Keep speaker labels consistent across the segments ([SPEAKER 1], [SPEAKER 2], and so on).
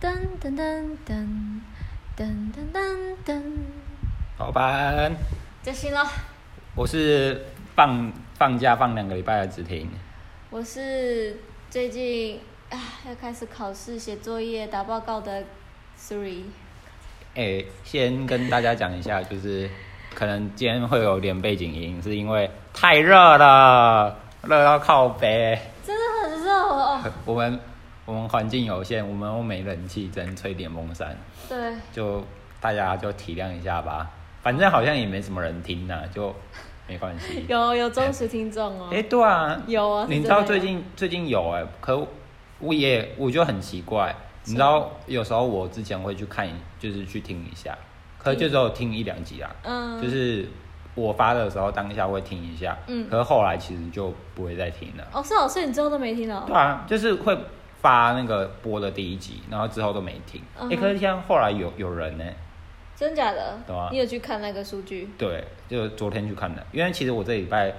[SPEAKER 1] 噔噔噔噔噔噔噔噔，
[SPEAKER 2] 好吧，
[SPEAKER 1] 就行了。
[SPEAKER 2] 我是放放假放两个礼拜的子婷。
[SPEAKER 1] 我是最近啊要开始考试、写作业、打报告的 Siri。
[SPEAKER 2] 哎、先跟大家讲一下，就是可能今天会有点背景音，是因为太热了，热到靠北。
[SPEAKER 1] 真的很热哦。
[SPEAKER 2] 我们我们环境有限，我们又没冷气，只能吹电风扇，
[SPEAKER 1] 对，
[SPEAKER 2] 就大家就体谅一下吧。反正好像也没什么人听呐、就没关系。
[SPEAKER 1] 有有忠实听众哦
[SPEAKER 2] 哎、。对啊，
[SPEAKER 1] 有啊，是
[SPEAKER 2] 你知
[SPEAKER 1] 真的
[SPEAKER 2] 道
[SPEAKER 1] 有
[SPEAKER 2] 最近最近有哎、可我也我就很奇怪，你知道有时候我之前会去看，就是去听一下，可就只有听一两集啊，
[SPEAKER 1] 嗯，
[SPEAKER 2] 就是我发的时候当下会听一下，
[SPEAKER 1] 嗯
[SPEAKER 2] 可是后来其实就不会再听了。
[SPEAKER 1] 哦是哦，所以你之后都没听哦
[SPEAKER 2] 对。啊，就是会发那个播的第一集，然后之后都没听。哎、
[SPEAKER 1] 嗯哼
[SPEAKER 2] 可是像后来有有人呢、
[SPEAKER 1] 真假的
[SPEAKER 2] 对啊？
[SPEAKER 1] 你有去看那个数据？
[SPEAKER 2] 对，就昨天去看的，因为其实我这礼拜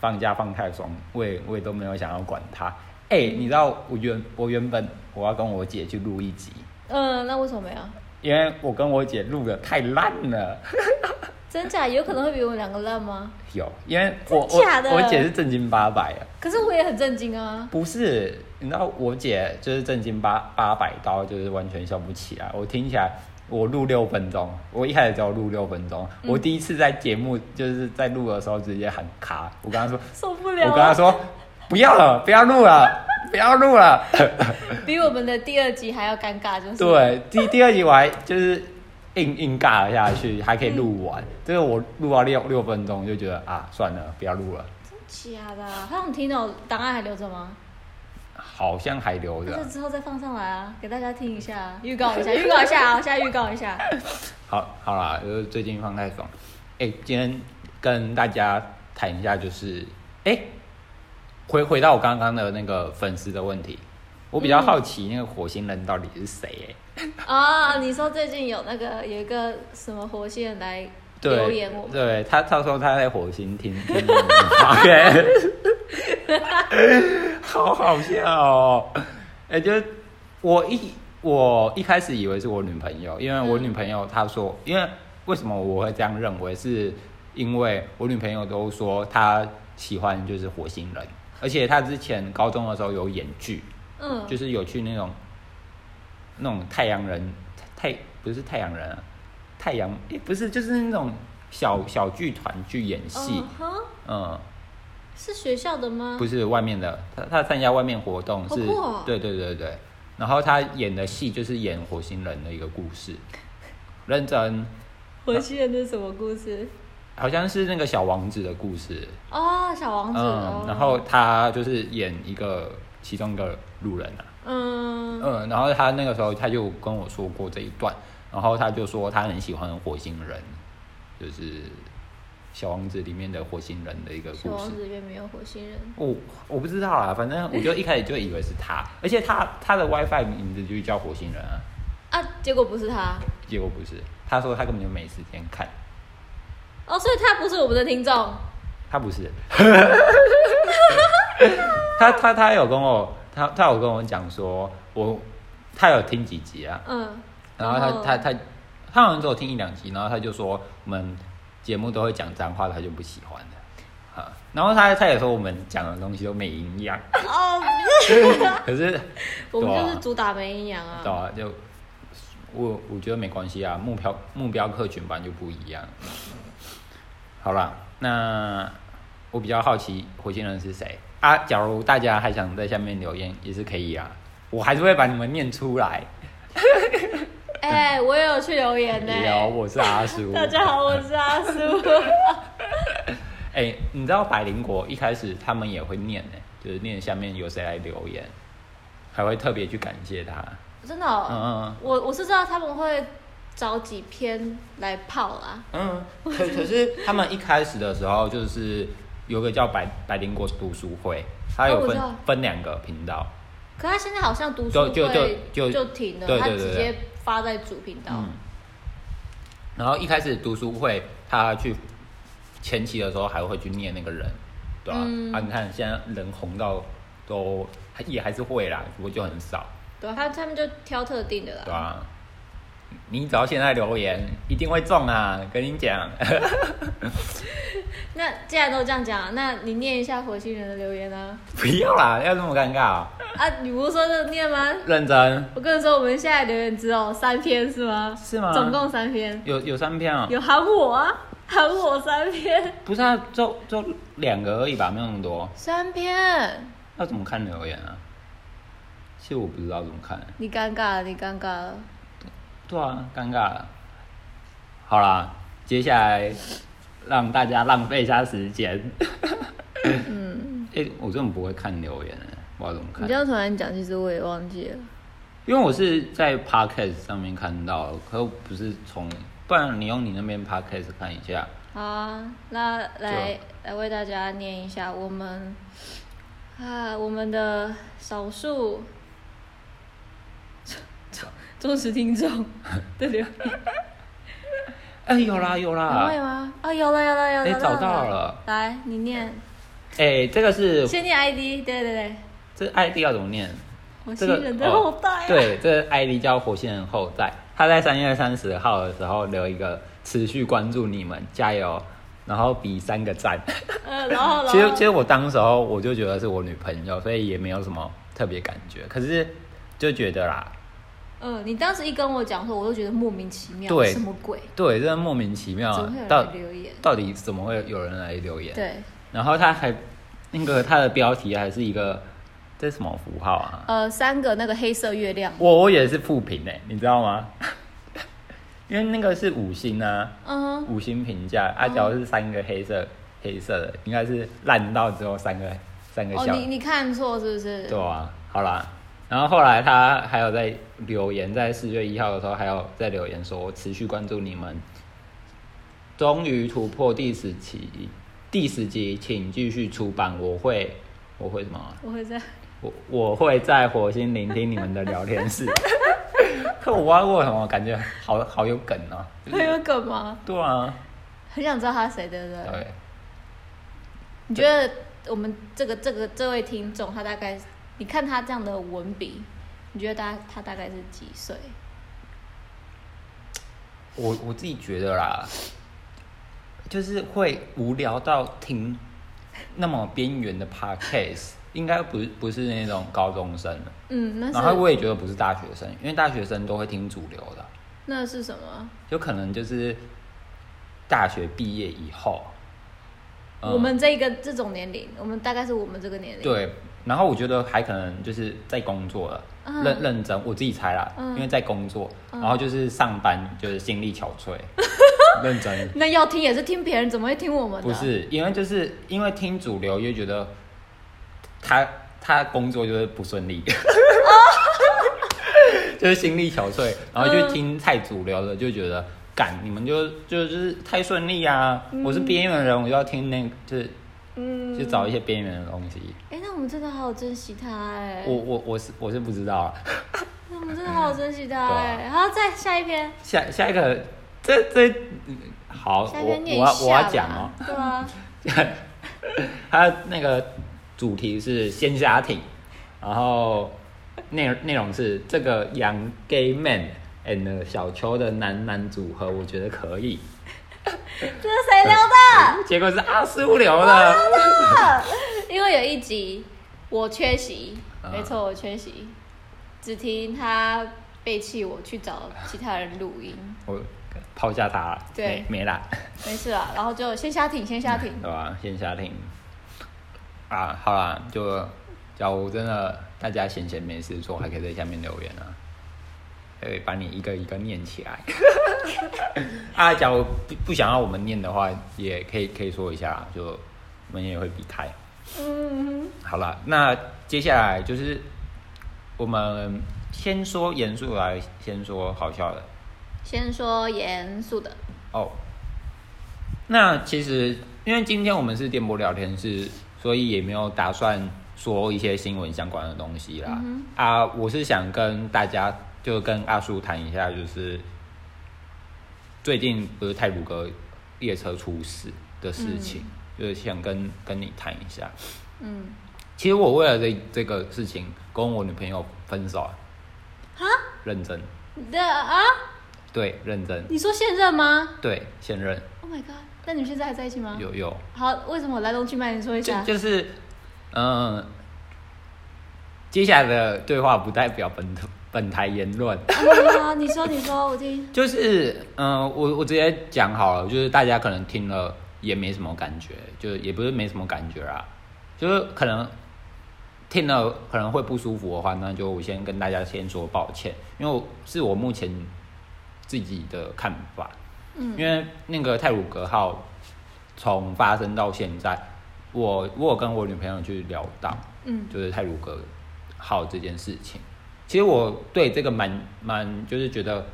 [SPEAKER 2] 放假放太爽，我也我也都没有想要管它。哎、你知道我原我原本我要跟我姐去录一集，
[SPEAKER 1] 嗯，那为什么没有？
[SPEAKER 2] 因为我跟我姐录的太烂了。
[SPEAKER 1] 真假有可能会比我们两个烂吗？
[SPEAKER 2] 有，因为我
[SPEAKER 1] 真假的
[SPEAKER 2] 我我姐是正经八百啊，
[SPEAKER 1] 可是我也很震惊啊。
[SPEAKER 2] 不是，你知道我姐就是正经八八百刀，就是完全笑不起来。我听起来，我录六分钟，我一开始只有录六分钟，
[SPEAKER 1] 嗯
[SPEAKER 2] 我第一次在节目就是在录的时候直接喊卡，我跟她说，
[SPEAKER 1] 受不
[SPEAKER 2] 我
[SPEAKER 1] 了啊
[SPEAKER 2] 跟她
[SPEAKER 1] 了，
[SPEAKER 2] 说不要了，不要录了， 不要录了。
[SPEAKER 1] 比我们的第二集还要尴尬，就是。
[SPEAKER 2] 对，第第二集我还就是硬硬尬了下去，还可以录
[SPEAKER 1] 嗯
[SPEAKER 2] 完。这个我录到六六分钟就觉得啊，算了，不要录了，
[SPEAKER 1] 假的啊，他想听哦，档案还留着吗？
[SPEAKER 2] 好像还留着
[SPEAKER 1] 那。就之后再放上来啊，给大家听一下 啊，预告一下，预告一下啊，现在预告一下。
[SPEAKER 2] 好，好啦，就是最近放太爽。哎、今天跟大家谈一下，就是哎、回回到我刚刚的那个粉丝的问题，我比较
[SPEAKER 1] 嗯
[SPEAKER 2] 好奇那个火星人到底是谁、哎、
[SPEAKER 1] 啊，你说最近有那个有一个什么火星人来留
[SPEAKER 2] 对
[SPEAKER 1] 言我，们，
[SPEAKER 2] 对他他说他在火星听听我们的 podcast 好好笑哦。哎、就是我一我一开始以为是我女朋友，因为我
[SPEAKER 1] 嗯
[SPEAKER 2] 女朋友她说，因为为什么我会这样认为，是因为我女朋友都说她喜欢就是火星人，而且她之前高中的时候有演剧，
[SPEAKER 1] 嗯，
[SPEAKER 2] 就是有去那种那种太阳人太不是太阳人啊，太阳诶、不是就是那种小小剧团去演戏
[SPEAKER 1] 嗯，哼，
[SPEAKER 2] 嗯，
[SPEAKER 1] 是学校的吗？
[SPEAKER 2] 不是外面的，他他参加外面活动
[SPEAKER 1] 好
[SPEAKER 2] 是，
[SPEAKER 1] 酷哦
[SPEAKER 2] 对对对对，然后他演的戏就是演火星人的一个故事，认真
[SPEAKER 1] 火星人是什么故事？
[SPEAKER 2] 好像是那个小王子的故事，
[SPEAKER 1] 哦，小王子。哦
[SPEAKER 2] 嗯，然后他就是演一个其中一个路人啊，
[SPEAKER 1] 嗯
[SPEAKER 2] 嗯，然后他那个时候他就跟我说过这一段，然后他就说他很喜欢火星人，就是小王子里面的火星人的一个
[SPEAKER 1] 小
[SPEAKER 2] 故
[SPEAKER 1] 王
[SPEAKER 2] 事。
[SPEAKER 1] 子里面没有火星人。
[SPEAKER 2] 我我不知道啦，反正我就一开始就以为是他，而且他他的 WiFi 名字就叫火星人啊，
[SPEAKER 1] 啊，结果不是他
[SPEAKER 2] 结果不是，他说他根本就没时间看，
[SPEAKER 1] 哦，所以他不是我们的听众。
[SPEAKER 2] 他不是， 他他他有跟我他他有跟我讲说，我他有听几集啊，
[SPEAKER 1] 嗯，
[SPEAKER 2] 然后他
[SPEAKER 1] 然后
[SPEAKER 2] 他他他好像只有听一两集，然后他就说我们节目都会讲脏话，他就不喜欢了啊，然后他他也说我们讲的东西都没营 养，
[SPEAKER 1] 哦，
[SPEAKER 2] 可是
[SPEAKER 1] 我们
[SPEAKER 2] 对啊
[SPEAKER 1] 就是主打没营养
[SPEAKER 2] 对
[SPEAKER 1] 啊。
[SPEAKER 2] 啊，就我我觉得没关系啊，目标目标客群版就不一样。好啦，那我比较好奇火星人是谁啊？假如大家还想在下面留言也是可以啊，我还是会把你们念出来。
[SPEAKER 1] 哎，我也有去留言呢。
[SPEAKER 2] 有，哎我是阿叔。
[SPEAKER 1] 大家好，我是阿 苏。
[SPEAKER 2] 哎、你知道百灵果一开始他们也会念呢、就是念下面有谁来留言，还会特别去感谢他。
[SPEAKER 1] 真的哦、
[SPEAKER 2] 嗯嗯
[SPEAKER 1] 我我是知道他们会找几篇来泡啦。
[SPEAKER 2] 嗯，可可是他们一开始的时候就是有个叫百百灵果读书会，它
[SPEAKER 1] 哦
[SPEAKER 2] 有
[SPEAKER 1] 我知
[SPEAKER 2] 分、
[SPEAKER 1] 道
[SPEAKER 2] 分两个频道，
[SPEAKER 1] 可他现在好像读书
[SPEAKER 2] 就
[SPEAKER 1] 会
[SPEAKER 2] 就就就
[SPEAKER 1] 停了，
[SPEAKER 2] 对对
[SPEAKER 1] 他
[SPEAKER 2] 对对
[SPEAKER 1] 直接发在主频道。
[SPEAKER 2] 嗯，然后一开始读书会他去前期的时候还会去念那个人，对吧、啊？
[SPEAKER 1] 嗯
[SPEAKER 2] 你看现在人红到都也还是会啦，不过就很少。
[SPEAKER 1] 对啊，他他们就挑特定的啦。
[SPEAKER 2] 对啊，你只要现在留言，一定会中啊！跟你讲，
[SPEAKER 1] 那既然都这样讲，啊那你念一下火星人的留言啊！
[SPEAKER 2] 不要啦，要这么尴尬、哦，
[SPEAKER 1] 啊，你不是说这念吗？
[SPEAKER 2] 认真
[SPEAKER 1] 我跟你说，我们现在留言只有三篇是吗？
[SPEAKER 2] 是吗？
[SPEAKER 1] 总共三篇，
[SPEAKER 2] 有有三篇啊、
[SPEAKER 1] 有喊我啊，喊我三篇，
[SPEAKER 2] 不是啊，就就两个而已吧，没有那么多。
[SPEAKER 1] 三篇，
[SPEAKER 2] 要怎么看留言啊？其实我不知道怎么看、
[SPEAKER 1] 你尴尬了，你尴尬了。
[SPEAKER 2] 对啊，尴尬了。好啦，接下来让大家浪费一下时间。 嗯，哎、我真的不会看留言、欸，不知道怎么
[SPEAKER 1] 你
[SPEAKER 2] 看
[SPEAKER 1] 这。样突然讲，其实我也忘记了。
[SPEAKER 2] 因为我是在 podcast 上面看到的，可我不是从，不然你用你那边 podcast 看一下。
[SPEAKER 1] 好啊，那来来为大家念一下我们啊，我们的少数忠忠实听众的 留言，
[SPEAKER 2] 哎、有啦有
[SPEAKER 1] 两
[SPEAKER 2] 啦
[SPEAKER 1] 位，吗？啊，有了有了有了，
[SPEAKER 2] 哎
[SPEAKER 1] 有
[SPEAKER 2] 找到了。
[SPEAKER 1] 来，你念，
[SPEAKER 2] 哎、这个是
[SPEAKER 1] 先念 ID，对对对，
[SPEAKER 2] 这 ID 要怎么念？
[SPEAKER 1] 我
[SPEAKER 2] 这
[SPEAKER 1] 新
[SPEAKER 2] 个
[SPEAKER 1] 人的后代、啊
[SPEAKER 2] 哦对，这个 ID 叫火星人后代。他在三月三十号的时候留一个持续关注你们，加油，然后比三个赞。
[SPEAKER 1] 呃，然后然后
[SPEAKER 2] 其实其实我当时候我就觉得是我女朋友，所以也没有什么特别感觉，可是就觉得啦，
[SPEAKER 1] 嗯、你当时一跟我讲说，我就觉得莫名其妙，
[SPEAKER 2] 对
[SPEAKER 1] 什么鬼？
[SPEAKER 2] 对，真的莫名其妙
[SPEAKER 1] 怎
[SPEAKER 2] 啊
[SPEAKER 1] 么会有，人
[SPEAKER 2] 到
[SPEAKER 1] 来留言？
[SPEAKER 2] 到底怎么会有人来留言？
[SPEAKER 1] 对，
[SPEAKER 2] 然后他还那个他的标题还是一个这是什么符号啊？
[SPEAKER 1] 呃，三个那个黑色月亮，
[SPEAKER 2] 我我也是负评哎，你知道吗？ 因为那个是五星啊，
[SPEAKER 1] 嗯哼，
[SPEAKER 2] 五星评价，阿角是三个黑色黑色的，应该是烂到只有三个三个
[SPEAKER 1] 哦，
[SPEAKER 2] 小，
[SPEAKER 1] 你你看错是不是？
[SPEAKER 2] 对啊，好啦。然后后来他还有在留言，在四月一号的时候还有在留言说，持续关注你们，终于突破第十期，第十集请继续出版，我会我会什么啊？
[SPEAKER 1] 我会在。
[SPEAKER 2] 我我会在火星聆听你们的聊天室。可我挖过什么？感觉好好有梗啊！
[SPEAKER 1] 很有梗吗？
[SPEAKER 2] 对啊，
[SPEAKER 1] 很想知道他是谁，对不对？
[SPEAKER 2] 对。
[SPEAKER 1] 你觉得我们这个这个这位听众，他大概你看他这样的文笔，你觉得大他大概是几岁？
[SPEAKER 2] 我我自己觉得啦，就是会无聊到听那么边缘的 podcast，应该不是不是那种高中生了
[SPEAKER 1] 嗯，那
[SPEAKER 2] 然后
[SPEAKER 1] 是
[SPEAKER 2] 我也觉得不是大学生，因为大学生都会听主流的，
[SPEAKER 1] 那是什么？
[SPEAKER 2] 有可能就是大学毕业以后，嗯
[SPEAKER 1] 我们这个这种年龄，我们大概是我们这个年龄。，
[SPEAKER 2] 对，然后我觉得还可能就是在工作了，
[SPEAKER 1] 嗯
[SPEAKER 2] 认认真，我自己猜啦，
[SPEAKER 1] 嗯
[SPEAKER 2] 因为在工作，然后就是上班就是心力憔 悴，认真。
[SPEAKER 1] 那要听也是听别人，怎么会听我们的？
[SPEAKER 2] 不，是，因为就是因为听主流，又觉得他他工作就是不 顺利， 就是心力憔悴，然后就听太主流的，就觉得干你们就就就是太顺利啊！我是边缘人，我就要听那就是
[SPEAKER 1] 嗯，
[SPEAKER 2] 就找一些边缘的东西。
[SPEAKER 1] 哎、那我们真的好好珍惜他哎、
[SPEAKER 2] 我我我是我是不知道啊，
[SPEAKER 1] 那我们真的好好珍惜他
[SPEAKER 2] 对啊
[SPEAKER 1] 哎、好，再下一篇，
[SPEAKER 2] 下下一个这这嗯好，
[SPEAKER 1] 下一
[SPEAKER 2] 我
[SPEAKER 1] 篇念一
[SPEAKER 2] 我要我
[SPEAKER 1] 下
[SPEAKER 2] 要
[SPEAKER 1] 吧
[SPEAKER 2] 讲哦、
[SPEAKER 1] 对啊，
[SPEAKER 2] 它那个主题是仙侠艇，然后内内容是这个 young gay man and 小秋的男男组合，我觉得可以。
[SPEAKER 1] 这是谁留的？
[SPEAKER 2] 结果是阿苏留的，
[SPEAKER 1] 因为有一集我缺席，
[SPEAKER 2] 啊
[SPEAKER 1] 没错，我缺席。只听他背弃我去找其他人录音，
[SPEAKER 2] 我抛下他了，
[SPEAKER 1] 对
[SPEAKER 2] 没没啦，
[SPEAKER 1] 没事啊。然后就先下停，先下停
[SPEAKER 2] 对。吧？仙侠艇啊，好啦，就假如真的大家闲闲没事做，还可以在下面留言啊。会把你一个一个念起来。 啊，假如不不想要我们念的话，也可以可以说一下啦，就我们也会避开。
[SPEAKER 1] 嗯，
[SPEAKER 2] 好了，那接下来就是我们先说严肃的来，先说好笑的
[SPEAKER 1] 先说严肃的，
[SPEAKER 2] 哦。那其实因为今天我们是电波聊天室，所以也没有打算说一些新闻相关的东西啦。啊，我是想跟大家就跟阿叔谈一下，就是最近不是泰鲁格列车出事的事情，就是想跟跟你谈一下。
[SPEAKER 1] 嗯，
[SPEAKER 2] 其实我为了这这个事情跟我女朋友分手啊，认真，
[SPEAKER 1] 的啊？
[SPEAKER 2] 对，认真，
[SPEAKER 1] 你说现任吗
[SPEAKER 2] 对，现任
[SPEAKER 1] ？Oh my god！那你们现在还在一起吗？
[SPEAKER 2] 有有，
[SPEAKER 1] 好，为什么来龙去脉你说一
[SPEAKER 2] 就
[SPEAKER 1] 下？
[SPEAKER 2] 就是，嗯、接下来的对话不代表本本台言论，
[SPEAKER 1] 啊，你说，你说，我听。
[SPEAKER 2] 就是，嗯、我我直接讲好了，就是大家可能听了也没什么感觉，就是也不是没什么感觉啊，就是可能听了可能会不舒服的话，那就我先跟大家先说抱歉，因为我是我目前自己的看法，
[SPEAKER 1] 嗯
[SPEAKER 2] 因为那个泰鲁格号从发生到现在，我我有跟我女朋友去聊到，
[SPEAKER 1] 嗯
[SPEAKER 2] 就是泰鲁格号这件事情。其实我对这个蛮蛮，就是觉得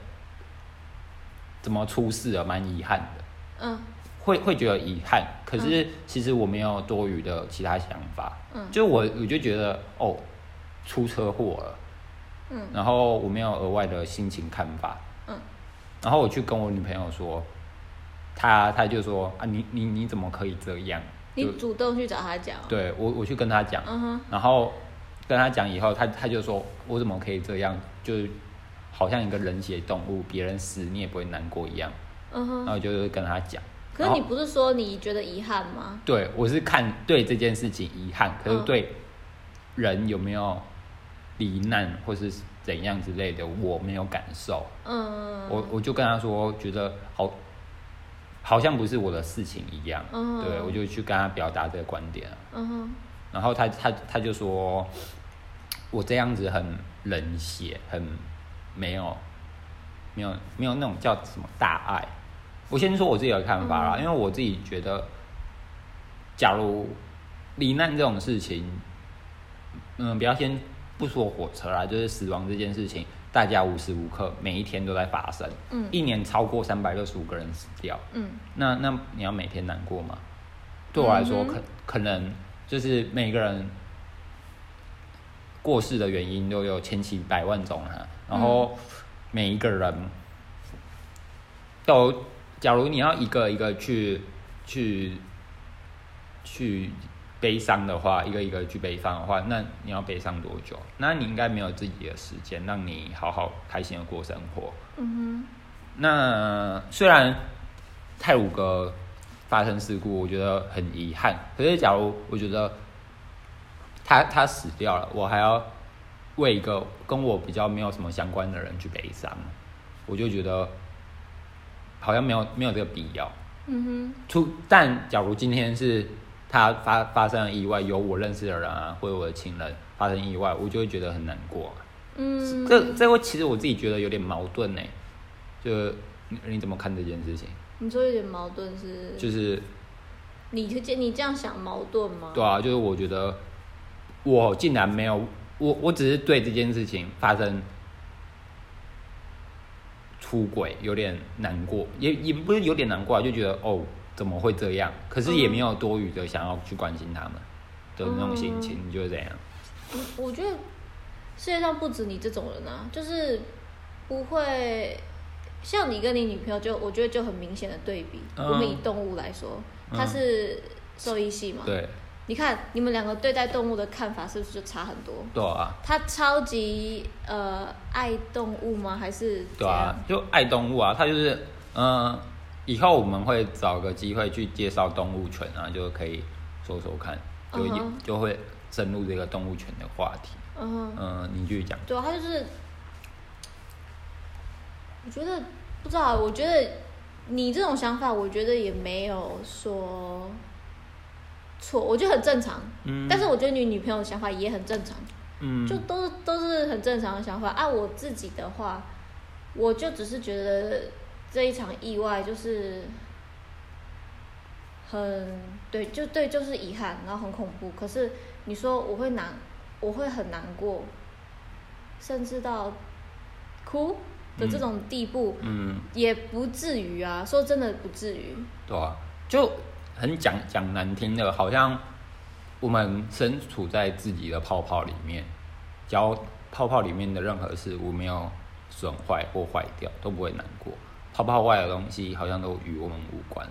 [SPEAKER 2] 怎么出事了，蛮遗憾的，
[SPEAKER 1] 嗯
[SPEAKER 2] 会会觉得遗憾。可是其实我没有多余的其他想法，
[SPEAKER 1] 嗯
[SPEAKER 2] 就我我就觉得哦，出车祸了，
[SPEAKER 1] 嗯
[SPEAKER 2] 然后我没有额外的心情看法，
[SPEAKER 1] 嗯
[SPEAKER 2] 然后我去跟我女朋友说，她她就说啊，你你你怎么可以这样？就
[SPEAKER 1] 你主动去找他讲哦。
[SPEAKER 2] 对我我去跟她讲，
[SPEAKER 1] 嗯哼，
[SPEAKER 2] 然后跟他讲以后，他他就说：“我怎么可以这样？就是好像一个人血动物，别人死你也不会难过一样。”
[SPEAKER 1] 嗯
[SPEAKER 2] 然
[SPEAKER 1] 哼。
[SPEAKER 2] 后我就跟他讲。
[SPEAKER 1] 可是你不是说你觉得遗憾吗？
[SPEAKER 2] 对我是看对这件事情遗憾，可是
[SPEAKER 1] 嗯
[SPEAKER 2] 对人有没有罹难或是怎样之类的，我没有感受。
[SPEAKER 1] 嗯，
[SPEAKER 2] 我我就跟他说，觉得好，好像不是我的事情一样。
[SPEAKER 1] 嗯
[SPEAKER 2] 对，我就去跟他表达这个观点啊。
[SPEAKER 1] 嗯哼，
[SPEAKER 2] 然后他他他就说，我这样子很冷血，很没有没有没有那种叫什么大爱。我先说我自己的看法啦，因为我自己觉得，假如罹难这种事情，嗯，不要先不说火车啦，就是死亡这件事情，大家无时无刻每一天都在发生，
[SPEAKER 1] 嗯
[SPEAKER 2] 一年超过三百六十五个人死掉，
[SPEAKER 1] 嗯
[SPEAKER 2] 那那你要每天难过吗？对我来说，
[SPEAKER 1] 嗯哼
[SPEAKER 2] 可可能就是每个人过世的原因都有千奇百万种啊。然后
[SPEAKER 1] 嗯
[SPEAKER 2] 每一个人都，假如你要一个一个去去去悲伤的话，一个一个去悲伤的话，那你要悲伤多久？那你应该没有自己的时间让你好好开心的过生活。
[SPEAKER 1] 嗯
[SPEAKER 2] 那虽然泰鲁格发生事故，我觉得很遗憾。可是，假如我觉得他他死掉了，我还要为一个跟我比较没有什么相关的人去悲伤，我就觉得好像没有没有这个必要。
[SPEAKER 1] 哼，嗯
[SPEAKER 2] 出，但假如今天是他发发生了意外，有我认识的人啊，或者我的亲人发生意外，我就会觉得很难过、啊
[SPEAKER 1] 哼，嗯，
[SPEAKER 2] 这这个其实我自己觉得有点矛盾呢，就你你怎么看这件事情？
[SPEAKER 1] 你说有点矛盾是？
[SPEAKER 2] 就是
[SPEAKER 1] 你去见你这样想矛盾吗？
[SPEAKER 2] 对啊，就是我觉得我竟然没有，我我只是对这件事情发生出轨有点难过，也也不是有点难过啊，就觉得哦怎么会这样？可是也没有多余的想要去关心他们的那种心情，你觉得怎样？啊
[SPEAKER 1] 我我觉得世界上不止你这种人啊，就是不会像你跟你女朋友就，我觉得就很明显的对比。
[SPEAKER 2] 嗯
[SPEAKER 1] 我们以动物来说，
[SPEAKER 2] 嗯
[SPEAKER 1] 它是兽医系嘛，
[SPEAKER 2] 对
[SPEAKER 1] 你看你们两个对待动物的看法是不是就差很多？
[SPEAKER 2] 对啊，
[SPEAKER 1] 他超级呃爱动物吗？还是
[SPEAKER 2] 对啊，就爱动物啊，他就是嗯、呃以后我们会找个机会去介绍动物权啊，就可以说说看，就、
[SPEAKER 1] 嗯哼
[SPEAKER 2] 就会深入这个动物权的话题。
[SPEAKER 1] 怎样？嗯哼，
[SPEAKER 2] 嗯、你继续讲。
[SPEAKER 1] 对啊，他就是，我觉得不知道，我觉得你这种想法，我觉得也没有说错，我觉得很正常。
[SPEAKER 2] 嗯，
[SPEAKER 1] 但是我觉得你女朋友的想法也很正常，
[SPEAKER 2] 嗯，
[SPEAKER 1] 就都是都是很正常的想法。按、我自己的话，我就只是觉得这一场意外就是很对，就对，就是遗憾，然后很恐怖。可是你说我会难，我会很难过，甚至到哭的这种地步，
[SPEAKER 2] 嗯，
[SPEAKER 1] 也不至于啊。说真的，不至于。
[SPEAKER 2] 对啊，就很讲讲难听的，好像我们身处在自己的泡泡里面，只要泡泡里面的任何事物没有损坏或坏掉，都不会难过。泡泡外的东西好像都与我们无关。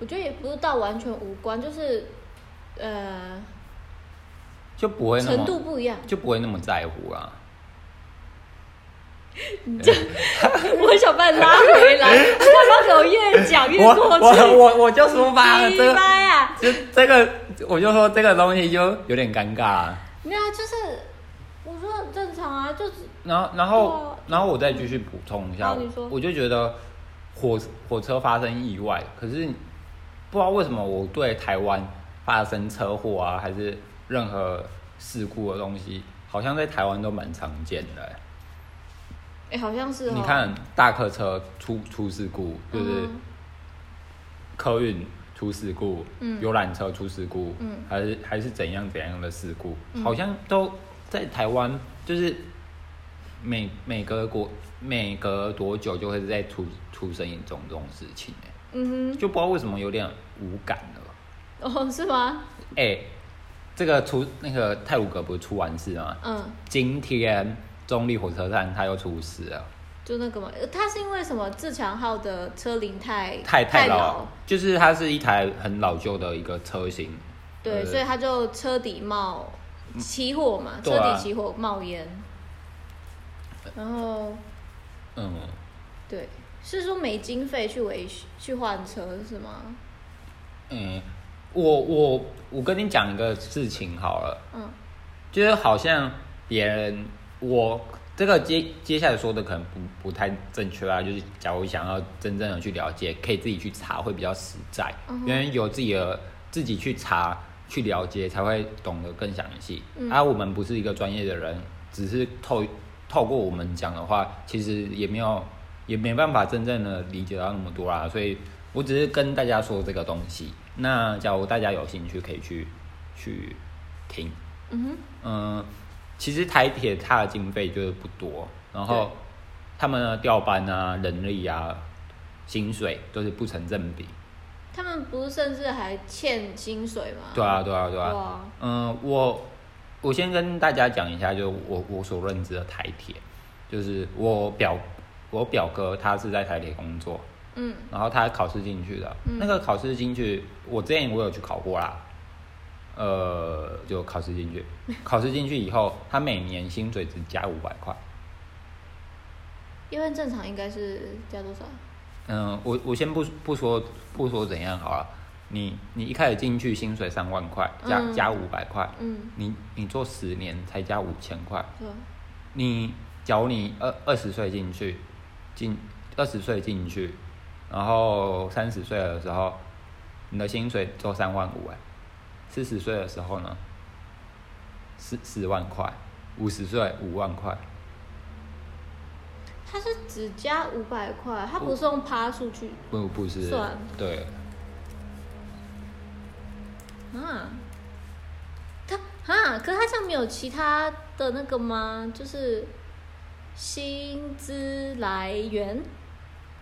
[SPEAKER 1] 我觉得也不是到完全无关，就是呃
[SPEAKER 2] 就不会那么
[SPEAKER 1] 程度不一样。
[SPEAKER 2] 就不会那么在乎啦、
[SPEAKER 1] 你这，我想把你拉回来，你干嘛给我越讲越
[SPEAKER 2] 我
[SPEAKER 1] 过去？
[SPEAKER 2] 我我我就说吧，
[SPEAKER 1] 鸡
[SPEAKER 2] 这个
[SPEAKER 1] 掰啊！
[SPEAKER 2] 就这个，我就说这个东西就有点尴尬、啊。
[SPEAKER 1] 没有啊，就是我说很正常啊，就是
[SPEAKER 2] 然后，然
[SPEAKER 1] 对
[SPEAKER 2] 后
[SPEAKER 1] 啊，哦
[SPEAKER 2] 然后我再继续补充一下
[SPEAKER 1] 好你说，
[SPEAKER 2] 我就觉得火火车发生意外，可是不知道为什么我对台湾发生车祸啊，还是任何事故的东西，好像在台湾都蛮常见的欸、
[SPEAKER 1] 哎，好像是哦。
[SPEAKER 2] 你看大客车出出事故，就是
[SPEAKER 1] 嗯
[SPEAKER 2] 客运出事故，
[SPEAKER 1] 嗯
[SPEAKER 2] 游览车出事故，
[SPEAKER 1] 嗯
[SPEAKER 2] 还是还是怎样怎样的事故，
[SPEAKER 1] 嗯
[SPEAKER 2] 好像都在台湾，就是每每隔国每隔多久就会再出出生一种这种事情、欸，
[SPEAKER 1] 嗯
[SPEAKER 2] 就不知道为什么有点无感了。
[SPEAKER 1] 哼，哦，是吗？
[SPEAKER 2] 哎、这个出那个泰鲁格不是出完事吗？
[SPEAKER 1] 嗯，
[SPEAKER 2] 今天中立火车站它又出事了。
[SPEAKER 1] 就那个嘛，呃他是因为什么？自强号的车龄太
[SPEAKER 2] 太
[SPEAKER 1] 太
[SPEAKER 2] 太老，，就是它是一台很老旧的一个车型。
[SPEAKER 1] 对，
[SPEAKER 2] 呃
[SPEAKER 1] 所以他就车底冒起火嘛，
[SPEAKER 2] 嗯对
[SPEAKER 1] 车
[SPEAKER 2] 啊
[SPEAKER 1] 底起火冒烟，然后
[SPEAKER 2] 嗯，
[SPEAKER 1] 对，是说没经费去维修去换车是吗？
[SPEAKER 2] 嗯，我我我跟你讲一个事情好了，
[SPEAKER 1] 嗯
[SPEAKER 2] 就是好像别人我这个接接下来说的可能不不太正确啦，就是假如想要真正的去了解，可以自己去查会比较实在，
[SPEAKER 1] 嗯哼
[SPEAKER 2] 因为有自己的自己去查去了解才会懂得更详细。
[SPEAKER 1] 嗯
[SPEAKER 2] 而、啊、我们不是一个专业的人，只是透透过我们讲的话，其实也没有也没办法真正的理解到那么多啊啦，所以我只是跟大家说这个东西。那假如大家有兴趣，可以去去听。
[SPEAKER 1] 嗯哼，
[SPEAKER 2] 嗯，其实台铁它的经费就是不多，然后
[SPEAKER 1] 对
[SPEAKER 2] 他们的调班啊、人力啊、薪水都是不成正比。
[SPEAKER 1] 他们不是甚至还欠薪水吗？
[SPEAKER 2] 对啊，对啊，对
[SPEAKER 1] 对
[SPEAKER 2] 啊。
[SPEAKER 1] 啊，
[SPEAKER 2] 嗯，我我先跟大家讲一下，就我我所认知的台铁，就是我表我表哥他是在台铁工作，
[SPEAKER 1] 嗯
[SPEAKER 2] 然后他考试进去的，
[SPEAKER 1] 嗯
[SPEAKER 2] 那个考试进去，我之前我有去考过啦，呃，就考试进去，考试进去以后，他每年薪水只加五百块。
[SPEAKER 1] 因为正常应该是加多少？
[SPEAKER 2] 嗯，我我先不不说不说怎样好了，你你一开始进去薪水三万块，加、
[SPEAKER 1] 嗯
[SPEAKER 2] 加五百块，
[SPEAKER 1] 嗯，
[SPEAKER 2] 你你做十年才加五千块，
[SPEAKER 1] 对啊，
[SPEAKER 2] 你假如你二二十岁进去，进二十岁进去，然后三十岁的时候，你的薪水做三万五哎，四十岁的时候呢，四四万块，五十岁五万块，
[SPEAKER 1] 他是只加五百块，他不是用趴数去
[SPEAKER 2] 不不是
[SPEAKER 1] 算
[SPEAKER 2] 对，
[SPEAKER 1] 啊，他啊，可是他这样没有其他的那个吗？就是薪资来源，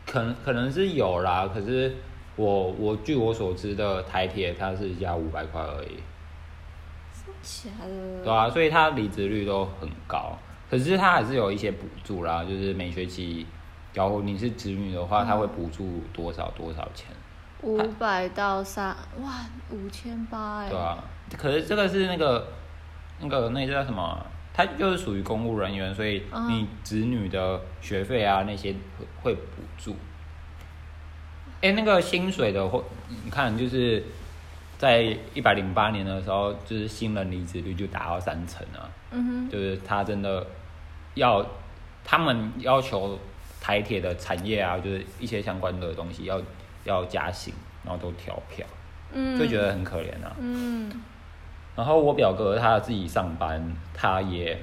[SPEAKER 2] 可能可能是有啦，可是我我据我所知的台铁它是加五百块而已，
[SPEAKER 1] 假的？
[SPEAKER 2] 对啊，所以它离职率都很高，可是它还是有一些补助啦，就是每学期，假如你是子女的话，它会补助多少多少钱，
[SPEAKER 1] 五百到三哇，五千八哎
[SPEAKER 2] 对，啊，可是这个是那个那个那叫什么啊？它就是属于公务人员，所以
[SPEAKER 1] 嗯
[SPEAKER 2] 你子女的学费啊那些会会补助。哎、那个薪水的话，你看就是在一百零八年的时候，就是新人离职率就达到三成啊。
[SPEAKER 1] 嗯
[SPEAKER 2] 就是他真的要，他们要求台铁的产业啊，就是一些相关的东西要要加薪，然后都调票，
[SPEAKER 1] 哼，嗯，
[SPEAKER 2] 就觉得很可怜啊。
[SPEAKER 1] 嗯
[SPEAKER 2] 然后我表哥他自己上班，他也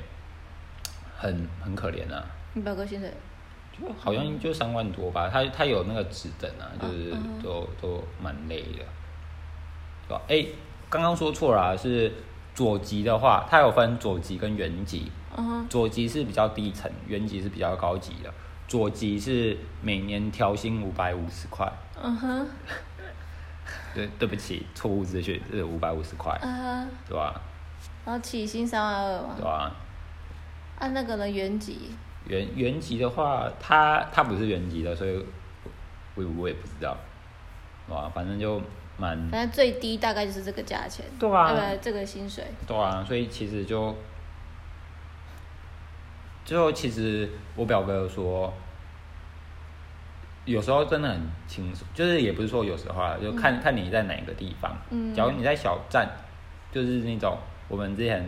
[SPEAKER 2] 很很可怜啊，
[SPEAKER 1] 你表哥薪水
[SPEAKER 2] 就好像就三万多吧，他他有那个指诊啊，就是
[SPEAKER 1] 嗯嗯
[SPEAKER 2] 都都蛮累的，对吧？哎，刚刚说错了啊、是左极的话，它有分左极跟原极，
[SPEAKER 1] 嗯哼，
[SPEAKER 2] 左极是比较低层，原级是比较高级的。左级是每年调薪五百五十块，
[SPEAKER 1] 嗯哼，
[SPEAKER 2] 对，对不起，错误资讯是五百五十块，
[SPEAKER 1] 啊，
[SPEAKER 2] 对吧？
[SPEAKER 1] 然后起薪三万二嘛
[SPEAKER 2] 对，吧？
[SPEAKER 1] 按那个呢原籍，
[SPEAKER 2] 原原级的话，它它不是原级的，所以我我也不知道，哇，反正就蛮
[SPEAKER 1] 反正最低大概就是这个价钱，
[SPEAKER 2] 对啊
[SPEAKER 1] 呃，这个薪水，
[SPEAKER 2] 对啊，所以其实就最后其实我表哥说，有时候真的很轻松，就是也不是说有时候啊，就看、看你在哪个地方。
[SPEAKER 1] 嗯
[SPEAKER 2] 假如你在小站，就是那种我们之前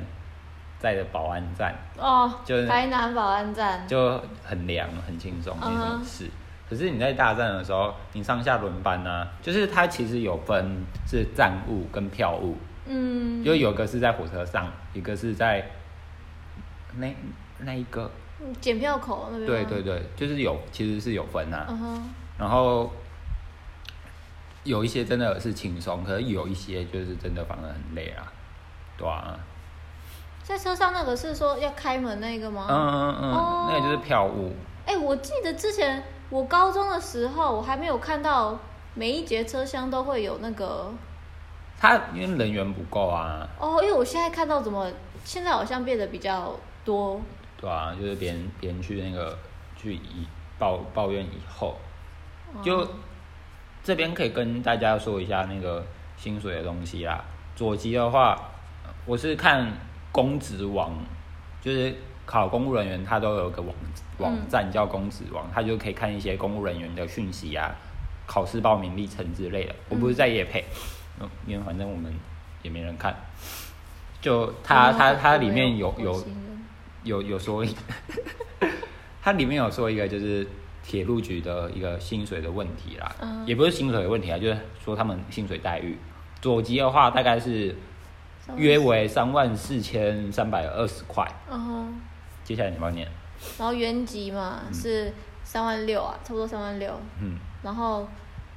[SPEAKER 2] 在的保安站，
[SPEAKER 1] 哦，
[SPEAKER 2] 就是
[SPEAKER 1] 台南保安站，
[SPEAKER 2] 就很凉很轻松
[SPEAKER 1] 嗯
[SPEAKER 2] 那
[SPEAKER 1] 哼
[SPEAKER 2] 种事。可是你在大站的时候，你上下轮班啊，就是它其实有分是站务跟票务，
[SPEAKER 1] 嗯，
[SPEAKER 2] 就有个是在火车上，一个是在那那一个，
[SPEAKER 1] 检票口那边，
[SPEAKER 2] 对对，对，就是有其实是有分啊。
[SPEAKER 1] 啊嗯哼，
[SPEAKER 2] 然后有一些真的是轻松，可是有一些就是真的反而很累啊，对啊，
[SPEAKER 1] 哦在车上那个是说要开门那个吗？
[SPEAKER 2] 嗯嗯嗯，
[SPEAKER 1] 哦
[SPEAKER 2] 那个就是票务，
[SPEAKER 1] 哎、我记得之前我高中的时候，我还没有看到每一节车厢都会有那个
[SPEAKER 2] 它因为人员不够啊，
[SPEAKER 1] 哦，因为我现在看到怎么现在好像变得比较多，
[SPEAKER 2] 对啊，就是别人别人去那个去以抱抱怨以后，就、这边可以跟大家说一下那个薪水的东西啦。左级的话，我是看公职网，就是考公务人员，他都有个网网站叫公职网，他就可以看一些公务人员的讯息啊，考试报名历程之类的。我不是在夜配，嗯因为反正我们也没人看。就
[SPEAKER 1] 哦
[SPEAKER 2] 它它它里面有有有有说一，它里面有说一个就是铁路局的一个薪水的问题啦，
[SPEAKER 1] 嗯
[SPEAKER 2] 也不是薪水的问题啊，就是说他们薪水待遇。左级的话大概是约，为三万四千三百二十块，
[SPEAKER 1] 嗯哼，
[SPEAKER 2] 接下来你帮我念，
[SPEAKER 1] 然后原级嘛、是三万六啊，差不多三万六，
[SPEAKER 2] 嗯，
[SPEAKER 1] 然后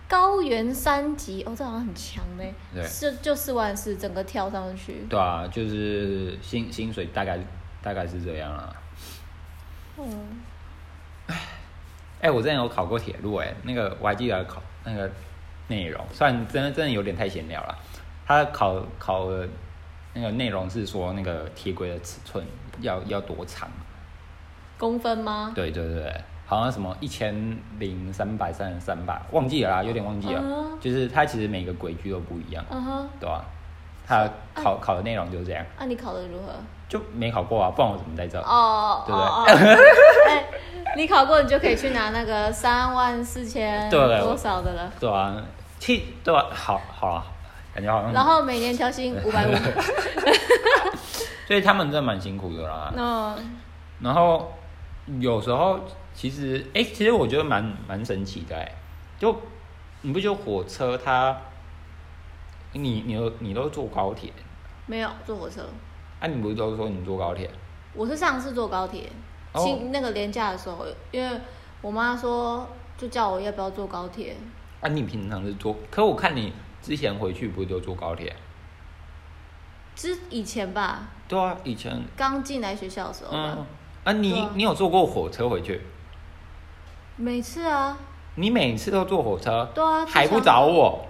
[SPEAKER 1] 高原三级哦，这好像很强呢、
[SPEAKER 2] 对
[SPEAKER 1] 就就四万四，整个跳上去，
[SPEAKER 2] 对啊，就是薪薪水大概大概是这样啊啦。
[SPEAKER 1] 嗯，
[SPEAKER 2] 哎、我之前有考过铁路、哎，那个我还记得考那个内容，虽然真的真的有点太闲聊了。他考考的那个内容是说那个铁轨的尺寸要要多长？
[SPEAKER 1] 公分吗？
[SPEAKER 2] 对对对，好像什么一千零三百三十三吧，忘记了啦，有点忘记了。
[SPEAKER 1] 嗯
[SPEAKER 2] 就是它其实每个轨距都不一样，
[SPEAKER 1] 嗯哼，啊
[SPEAKER 2] 对吧、他
[SPEAKER 1] 哦
[SPEAKER 2] 考考的内容就是这样，
[SPEAKER 1] 那、你考的如何？
[SPEAKER 2] 就没考过啊，不然我怎么在这？
[SPEAKER 1] 哦，
[SPEAKER 2] 对不
[SPEAKER 1] 哦哦 哎你考过，你就可以去拿那个三万四千
[SPEAKER 2] 对对
[SPEAKER 1] 多少的了，
[SPEAKER 2] 对啊，去对啊，好好啊，感觉好像。
[SPEAKER 1] 然后每年调薪五 百五。
[SPEAKER 2] 所以他们真的蛮辛苦的
[SPEAKER 1] 嗯
[SPEAKER 2] 啦。
[SPEAKER 1] 那
[SPEAKER 2] 然后有时候其实，哎、其实我觉得蛮蛮神奇的、哎，就你不觉得火车它，你你都你都坐高铁，
[SPEAKER 1] 没有坐火车，
[SPEAKER 2] 啊，你不是都说你坐高铁？
[SPEAKER 1] 我是上次坐高铁，
[SPEAKER 2] 哦
[SPEAKER 1] 清那个廉价的时候，因为我妈说就叫我要不要坐高铁，
[SPEAKER 2] 啊，你平常是坐，可我看你之前回去不是都坐高铁？
[SPEAKER 1] 之以前吧，
[SPEAKER 2] 对啊，以前，
[SPEAKER 1] 刚进来学校的时候吧，
[SPEAKER 2] 嗯，啊，你、
[SPEAKER 1] 对啊
[SPEAKER 2] 你有坐过火车回去？
[SPEAKER 1] 每次啊，
[SPEAKER 2] 你每次都坐火车，
[SPEAKER 1] 对啊
[SPEAKER 2] 还不找我？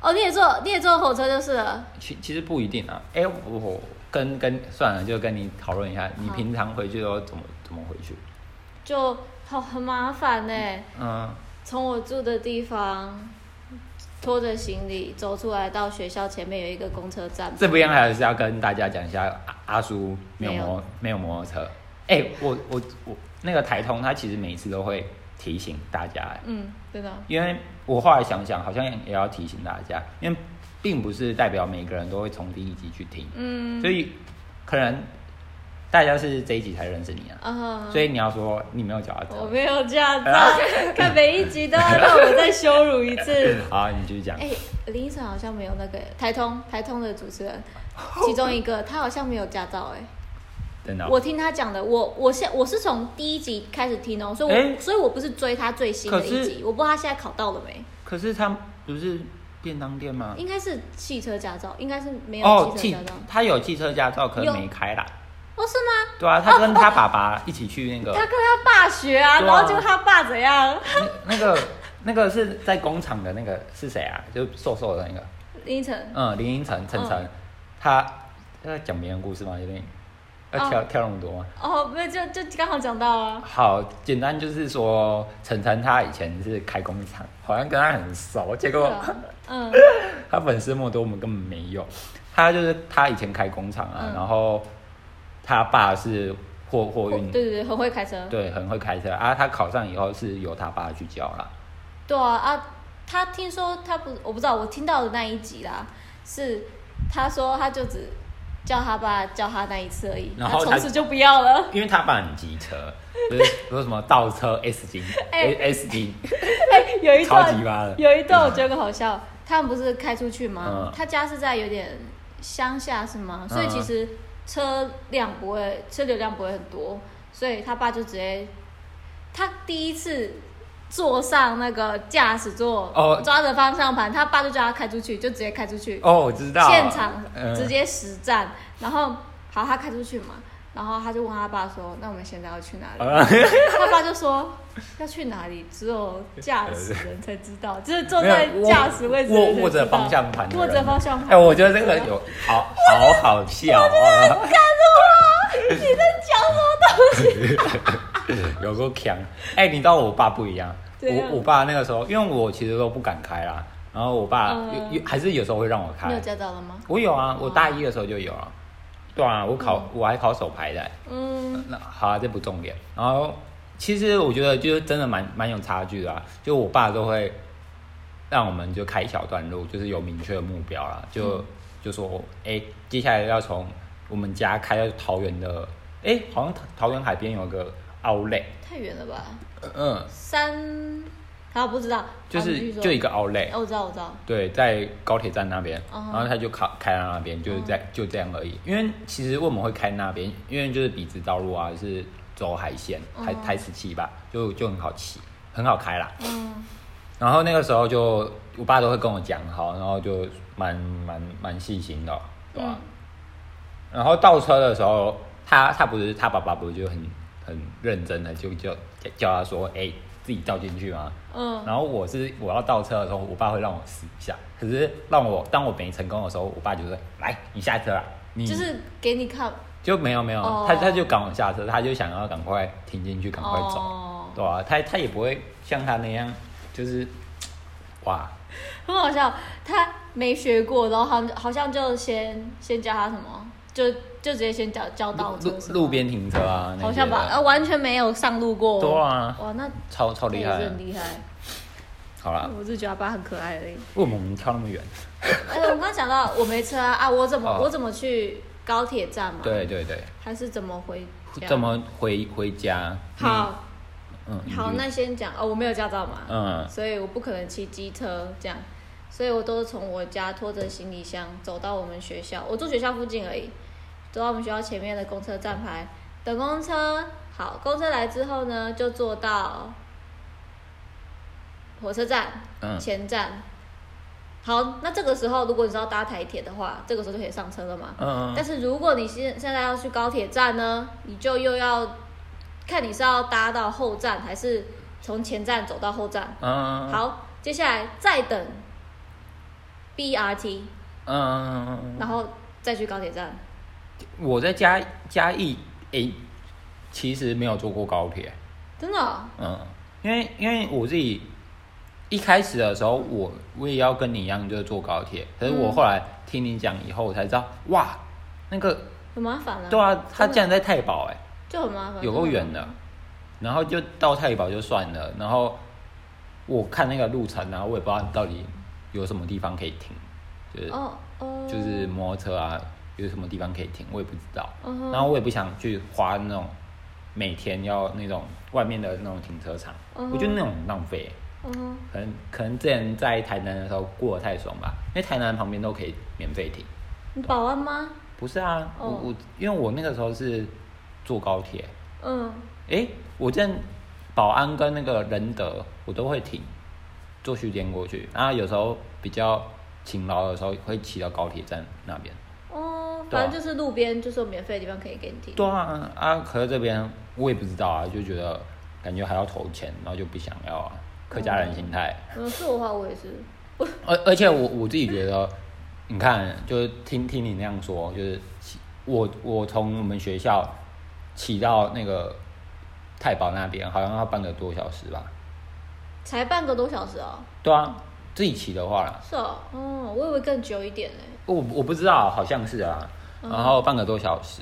[SPEAKER 1] 哦你也坐你也坐火车就是了，
[SPEAKER 2] 其其实不一定啊。哎、我跟跟算了，就跟你讨论一下，你
[SPEAKER 1] 好
[SPEAKER 2] 平常回去都怎么怎么回去？
[SPEAKER 1] 就好很麻烦呢、
[SPEAKER 2] 嗯，
[SPEAKER 1] 从我住的地方拖着行李走出来，到学校前面有一个公车站。
[SPEAKER 2] 这边还是要跟大家讲一下，阿阿叔没有
[SPEAKER 1] 没有
[SPEAKER 2] 摩没有摩托车。哎、我我我那个台通，他其实每次都会提醒大家、哎
[SPEAKER 1] 嗯，真的。
[SPEAKER 2] 因为我后来想想，好像也要提醒大家，因为并不是代表每个人都会从第一集去听，
[SPEAKER 1] 嗯。
[SPEAKER 2] 所以可能大家是这一集才认识你啊，
[SPEAKER 1] 啊，
[SPEAKER 2] 所以你要说你没有脚踏
[SPEAKER 1] 我
[SPEAKER 2] 车，
[SPEAKER 1] 没有这样
[SPEAKER 2] 哎
[SPEAKER 1] 子啊，看每一集都要让我再羞辱一次。
[SPEAKER 2] 嗯好，你继续讲。
[SPEAKER 1] 哎、林依晨好像没有那个台通台通的主持人，其中一个他好像没有驾照哎、
[SPEAKER 2] 真的哦、
[SPEAKER 1] 我听他讲的，我我现我是从第一集开始听哦、所以我、
[SPEAKER 2] 哎
[SPEAKER 1] 所以我不是追他最新的一
[SPEAKER 2] 可
[SPEAKER 1] 集，我不知道他现在考到了没，
[SPEAKER 2] 可是他不是便当店吗？
[SPEAKER 1] 应该是汽车驾照，应该是没
[SPEAKER 2] 哦
[SPEAKER 1] 有，汽
[SPEAKER 2] 汽
[SPEAKER 1] 车驾照，
[SPEAKER 2] 他有汽车驾照，可是
[SPEAKER 1] 有
[SPEAKER 2] 没开啦。
[SPEAKER 1] 哦是吗？
[SPEAKER 2] 对啊，他跟他爸爸一起去那个、
[SPEAKER 1] 他跟他爸学啊，
[SPEAKER 2] 呃对啊
[SPEAKER 1] 然后就他爸怎样？
[SPEAKER 2] 那那个那个是在工厂的那个是谁啊？就瘦瘦的那个，
[SPEAKER 1] 林依晨
[SPEAKER 2] 嗯，林依晨晨晨，他他在讲别人故事吗？有点要跳、跳那么多吗？
[SPEAKER 1] 哦，没有就就刚好讲到啊，
[SPEAKER 2] 好，简单就是说，晨晨他以前是开工厂，好像跟他很熟，结
[SPEAKER 1] 对
[SPEAKER 2] 果
[SPEAKER 1] 啊，嗯
[SPEAKER 2] 他粉丝那么多，我们根本没有。他就是他以前开工厂啊，
[SPEAKER 1] 嗯
[SPEAKER 2] 然后他爸是货货
[SPEAKER 1] 对
[SPEAKER 2] 运，
[SPEAKER 1] 对对，很会开车。
[SPEAKER 2] 对，很会开车啊。他考上以后是由他爸去教啦。
[SPEAKER 1] 对啊啊，他听说他不，我不知道，我听到的那一集啦，是他说他就只叫他爸叫他那一次而已，
[SPEAKER 2] 然后
[SPEAKER 1] 他
[SPEAKER 2] 他
[SPEAKER 1] 从此就不要 了。
[SPEAKER 2] 因为他爸很机车， 就是说什么倒车 S 型、
[SPEAKER 1] 哎
[SPEAKER 2] S 型，
[SPEAKER 1] 哎，有一
[SPEAKER 2] 超
[SPEAKER 1] 段
[SPEAKER 2] 级巴的。
[SPEAKER 1] 有一段我觉得很好笑，他们不是开出去吗
[SPEAKER 2] 嗯？
[SPEAKER 1] 他家是在有点乡下是吗？
[SPEAKER 2] 嗯
[SPEAKER 1] 所以其实车辆不会，车流量不会很多，所以他爸就直接，他第一次坐上那个驾驶座，
[SPEAKER 2] 哦
[SPEAKER 1] 抓着方向盘，他爸就叫他开出去，就直接开出去，
[SPEAKER 2] 哦，我知道。
[SPEAKER 1] 现场
[SPEAKER 2] 嗯
[SPEAKER 1] 直接实战。然后好，他开出去嘛，然后他就问他爸说：“那我们现在要去哪里？”
[SPEAKER 2] 啊
[SPEAKER 1] 他爸就说要去哪里，只有驾驶人才知道，就是坐
[SPEAKER 2] 没
[SPEAKER 1] 在
[SPEAKER 2] 有握
[SPEAKER 1] 驾驶位置的
[SPEAKER 2] 握
[SPEAKER 1] 人才
[SPEAKER 2] 握着
[SPEAKER 1] 知道
[SPEAKER 2] 方向盘的人
[SPEAKER 1] 握着方向盘。
[SPEAKER 2] 哎，我觉得这个有好好好笑啊，
[SPEAKER 1] 看着我，你在讲什么东西？
[SPEAKER 2] 有够强。哎，你知道我爸不一样，
[SPEAKER 1] 怎样
[SPEAKER 2] 我我爸那个时候，因为我其实都不敢开啦，然后我爸
[SPEAKER 1] 嗯
[SPEAKER 2] 有有还是有时候会让我
[SPEAKER 1] 你
[SPEAKER 2] 开
[SPEAKER 1] 有。驾哦照了吗？
[SPEAKER 2] 我有啊，我大一的时候就有啊。对啊，我考我还考手牌的欸。
[SPEAKER 1] 嗯，
[SPEAKER 2] 那好、啊，这不重点。然后其实我觉得就是真的蛮蛮有差距的、啊，就我爸都会让我们就开一小段路，就是有明确的目标啦，就、就说哎、诶接下来要从我们家开到桃园的，哎、好像桃桃园海边有个 outlet，
[SPEAKER 1] 太远了吧？
[SPEAKER 2] 嗯嗯，
[SPEAKER 1] 三，他不知道，
[SPEAKER 2] 就
[SPEAKER 1] 好啊你继
[SPEAKER 2] 是
[SPEAKER 1] 续说
[SPEAKER 2] 就一个 outlet，
[SPEAKER 1] 哎，我知道，我知道，
[SPEAKER 2] 对，在高铁站那边，
[SPEAKER 1] 哦
[SPEAKER 2] 然后他就考开到那边，就是在、就这样而已。因为其实我们会开那边，因为就是笔直道路啊，是走海线，台
[SPEAKER 1] 哦
[SPEAKER 2] 台十七吧，就就很好骑，很好开啦。
[SPEAKER 1] 嗯
[SPEAKER 2] 然后那个时候就我爸都会跟我讲好，然后就蛮蛮蛮细心的哦，对吧、
[SPEAKER 1] 嗯
[SPEAKER 2] 然后倒车的时候，他他不是他爸爸不是就很很认真的就就叫他说，哎、自己倒进去吗？
[SPEAKER 1] 嗯，
[SPEAKER 2] 然后我是我要倒车的时候，我爸会让我试一下。可是让我当我没成功的时候，我爸就说：“来，你下车啦。”啊你
[SPEAKER 1] 就是给你看，
[SPEAKER 2] 就没有没有，
[SPEAKER 1] 哦
[SPEAKER 2] 他他就赶我下车，他就想要赶快停进去，赶快走，
[SPEAKER 1] 哦，
[SPEAKER 2] 对啊？他他也不会像他那样，就是哇，
[SPEAKER 1] 很好笑，他没学过，然后好像好像就先先教他什么，就就直接先教教
[SPEAKER 2] 路
[SPEAKER 1] 到
[SPEAKER 2] 路路，边停车啊，那
[SPEAKER 1] 好
[SPEAKER 2] 些
[SPEAKER 1] 像吧，
[SPEAKER 2] 的
[SPEAKER 1] 呃，完全没有上路过。
[SPEAKER 2] 对啊
[SPEAKER 1] 哇，那
[SPEAKER 2] 超超
[SPEAKER 1] 好
[SPEAKER 2] 厉
[SPEAKER 1] 是
[SPEAKER 2] 害。啊
[SPEAKER 1] 很厉害。
[SPEAKER 2] 好啦，
[SPEAKER 1] 我是觉得阿爸很可爱而已。
[SPEAKER 2] 为什么我们跳那么远？
[SPEAKER 1] 哎，我刚刚讲到我没车啊，啊我怎么
[SPEAKER 2] 哦
[SPEAKER 1] 我怎么去高铁站嘛？，
[SPEAKER 2] 对对对，
[SPEAKER 1] 还是怎么回家？
[SPEAKER 2] 怎？么回回家？
[SPEAKER 1] 好，
[SPEAKER 2] 嗯，嗯，
[SPEAKER 1] 好，
[SPEAKER 2] 你就
[SPEAKER 1] 那先讲哦，我没有驾照嘛，
[SPEAKER 2] 嗯
[SPEAKER 1] 所以我不可能骑机车这样，所以我都是从我家拖着行李箱走到我们学校，我住学校附近而已，走到我们学校前面的公车站牌等公车。好，公车来之后呢，就坐到火车站
[SPEAKER 2] 嗯
[SPEAKER 1] 前站。好，那这个时候如果你是要搭台铁的话，这个时候就可以上车了嘛。
[SPEAKER 2] 嗯
[SPEAKER 1] 但
[SPEAKER 2] 嗯，
[SPEAKER 1] 是如果你现现在要去高铁站呢，你就又要看你是要搭到后站还是从前站走到后站。
[SPEAKER 2] 嗯，
[SPEAKER 1] 好，接下来再等 BRT，
[SPEAKER 2] 嗯，
[SPEAKER 1] 然后再去高铁站。
[SPEAKER 2] 我在嘉嘉义，诶、其实没有坐过高铁，
[SPEAKER 1] 真的哦、
[SPEAKER 2] 嗯，因为因为我自己一开始的时候，我我也要跟你一样，就是坐高铁，可是我
[SPEAKER 1] 嗯
[SPEAKER 2] 后来听你讲以后，我才知道，哇，那个
[SPEAKER 1] 很麻烦啊。
[SPEAKER 2] 对啊，他
[SPEAKER 1] 真的嗯
[SPEAKER 2] 竟然在太保、诶，
[SPEAKER 1] 就很麻烦。
[SPEAKER 2] 有够远
[SPEAKER 1] 真
[SPEAKER 2] 的
[SPEAKER 1] 很麻烦，
[SPEAKER 2] 然后就到太保就算了，然后我看那个路程，啊然后我也不知道到底有什么地方可以停，就是、
[SPEAKER 1] 哦哦，
[SPEAKER 2] 就是摩托车啊，有什么地方可以停，我也不知道。
[SPEAKER 1] 嗯哼，
[SPEAKER 2] 然后我也不想去花那种每天要那种外面的那种停车场，
[SPEAKER 1] 嗯哼
[SPEAKER 2] 我觉得那种很浪费。
[SPEAKER 1] 嗯哼，
[SPEAKER 2] 可能可能之前在台南的时候过得太爽吧，因为台南旁边都可以免费停。
[SPEAKER 1] 你保安吗？
[SPEAKER 2] 不是啊，我
[SPEAKER 1] 哦
[SPEAKER 2] 我因为我那个时候是坐高铁，
[SPEAKER 1] 嗯，
[SPEAKER 2] 诶，我之前保安跟那个仁德我都会停，坐区间过去。然后有时候比较勤劳的时候会骑到高铁站那边。
[SPEAKER 1] 哦，
[SPEAKER 2] 对啊
[SPEAKER 1] 反正就是路边就是有免费的地方可以给你停。
[SPEAKER 2] 对啊啊，可是这边我也不知道啊，就觉得感觉还要投钱，然后就不想要啊，客家人心态。
[SPEAKER 1] 嗯，是我的话我也是，
[SPEAKER 2] 而而且我我自己觉得，你看，就是听听你那样说，就是骑我我从我们学校骑到那个太保那边，好像要半个多小时吧？
[SPEAKER 1] 才半个多小时哦。
[SPEAKER 2] 对啊，自己骑的话啦，
[SPEAKER 1] 是哦，哦，我以为更久一点嘞。
[SPEAKER 2] 我我不知道，好像是啊，然后半个多小时，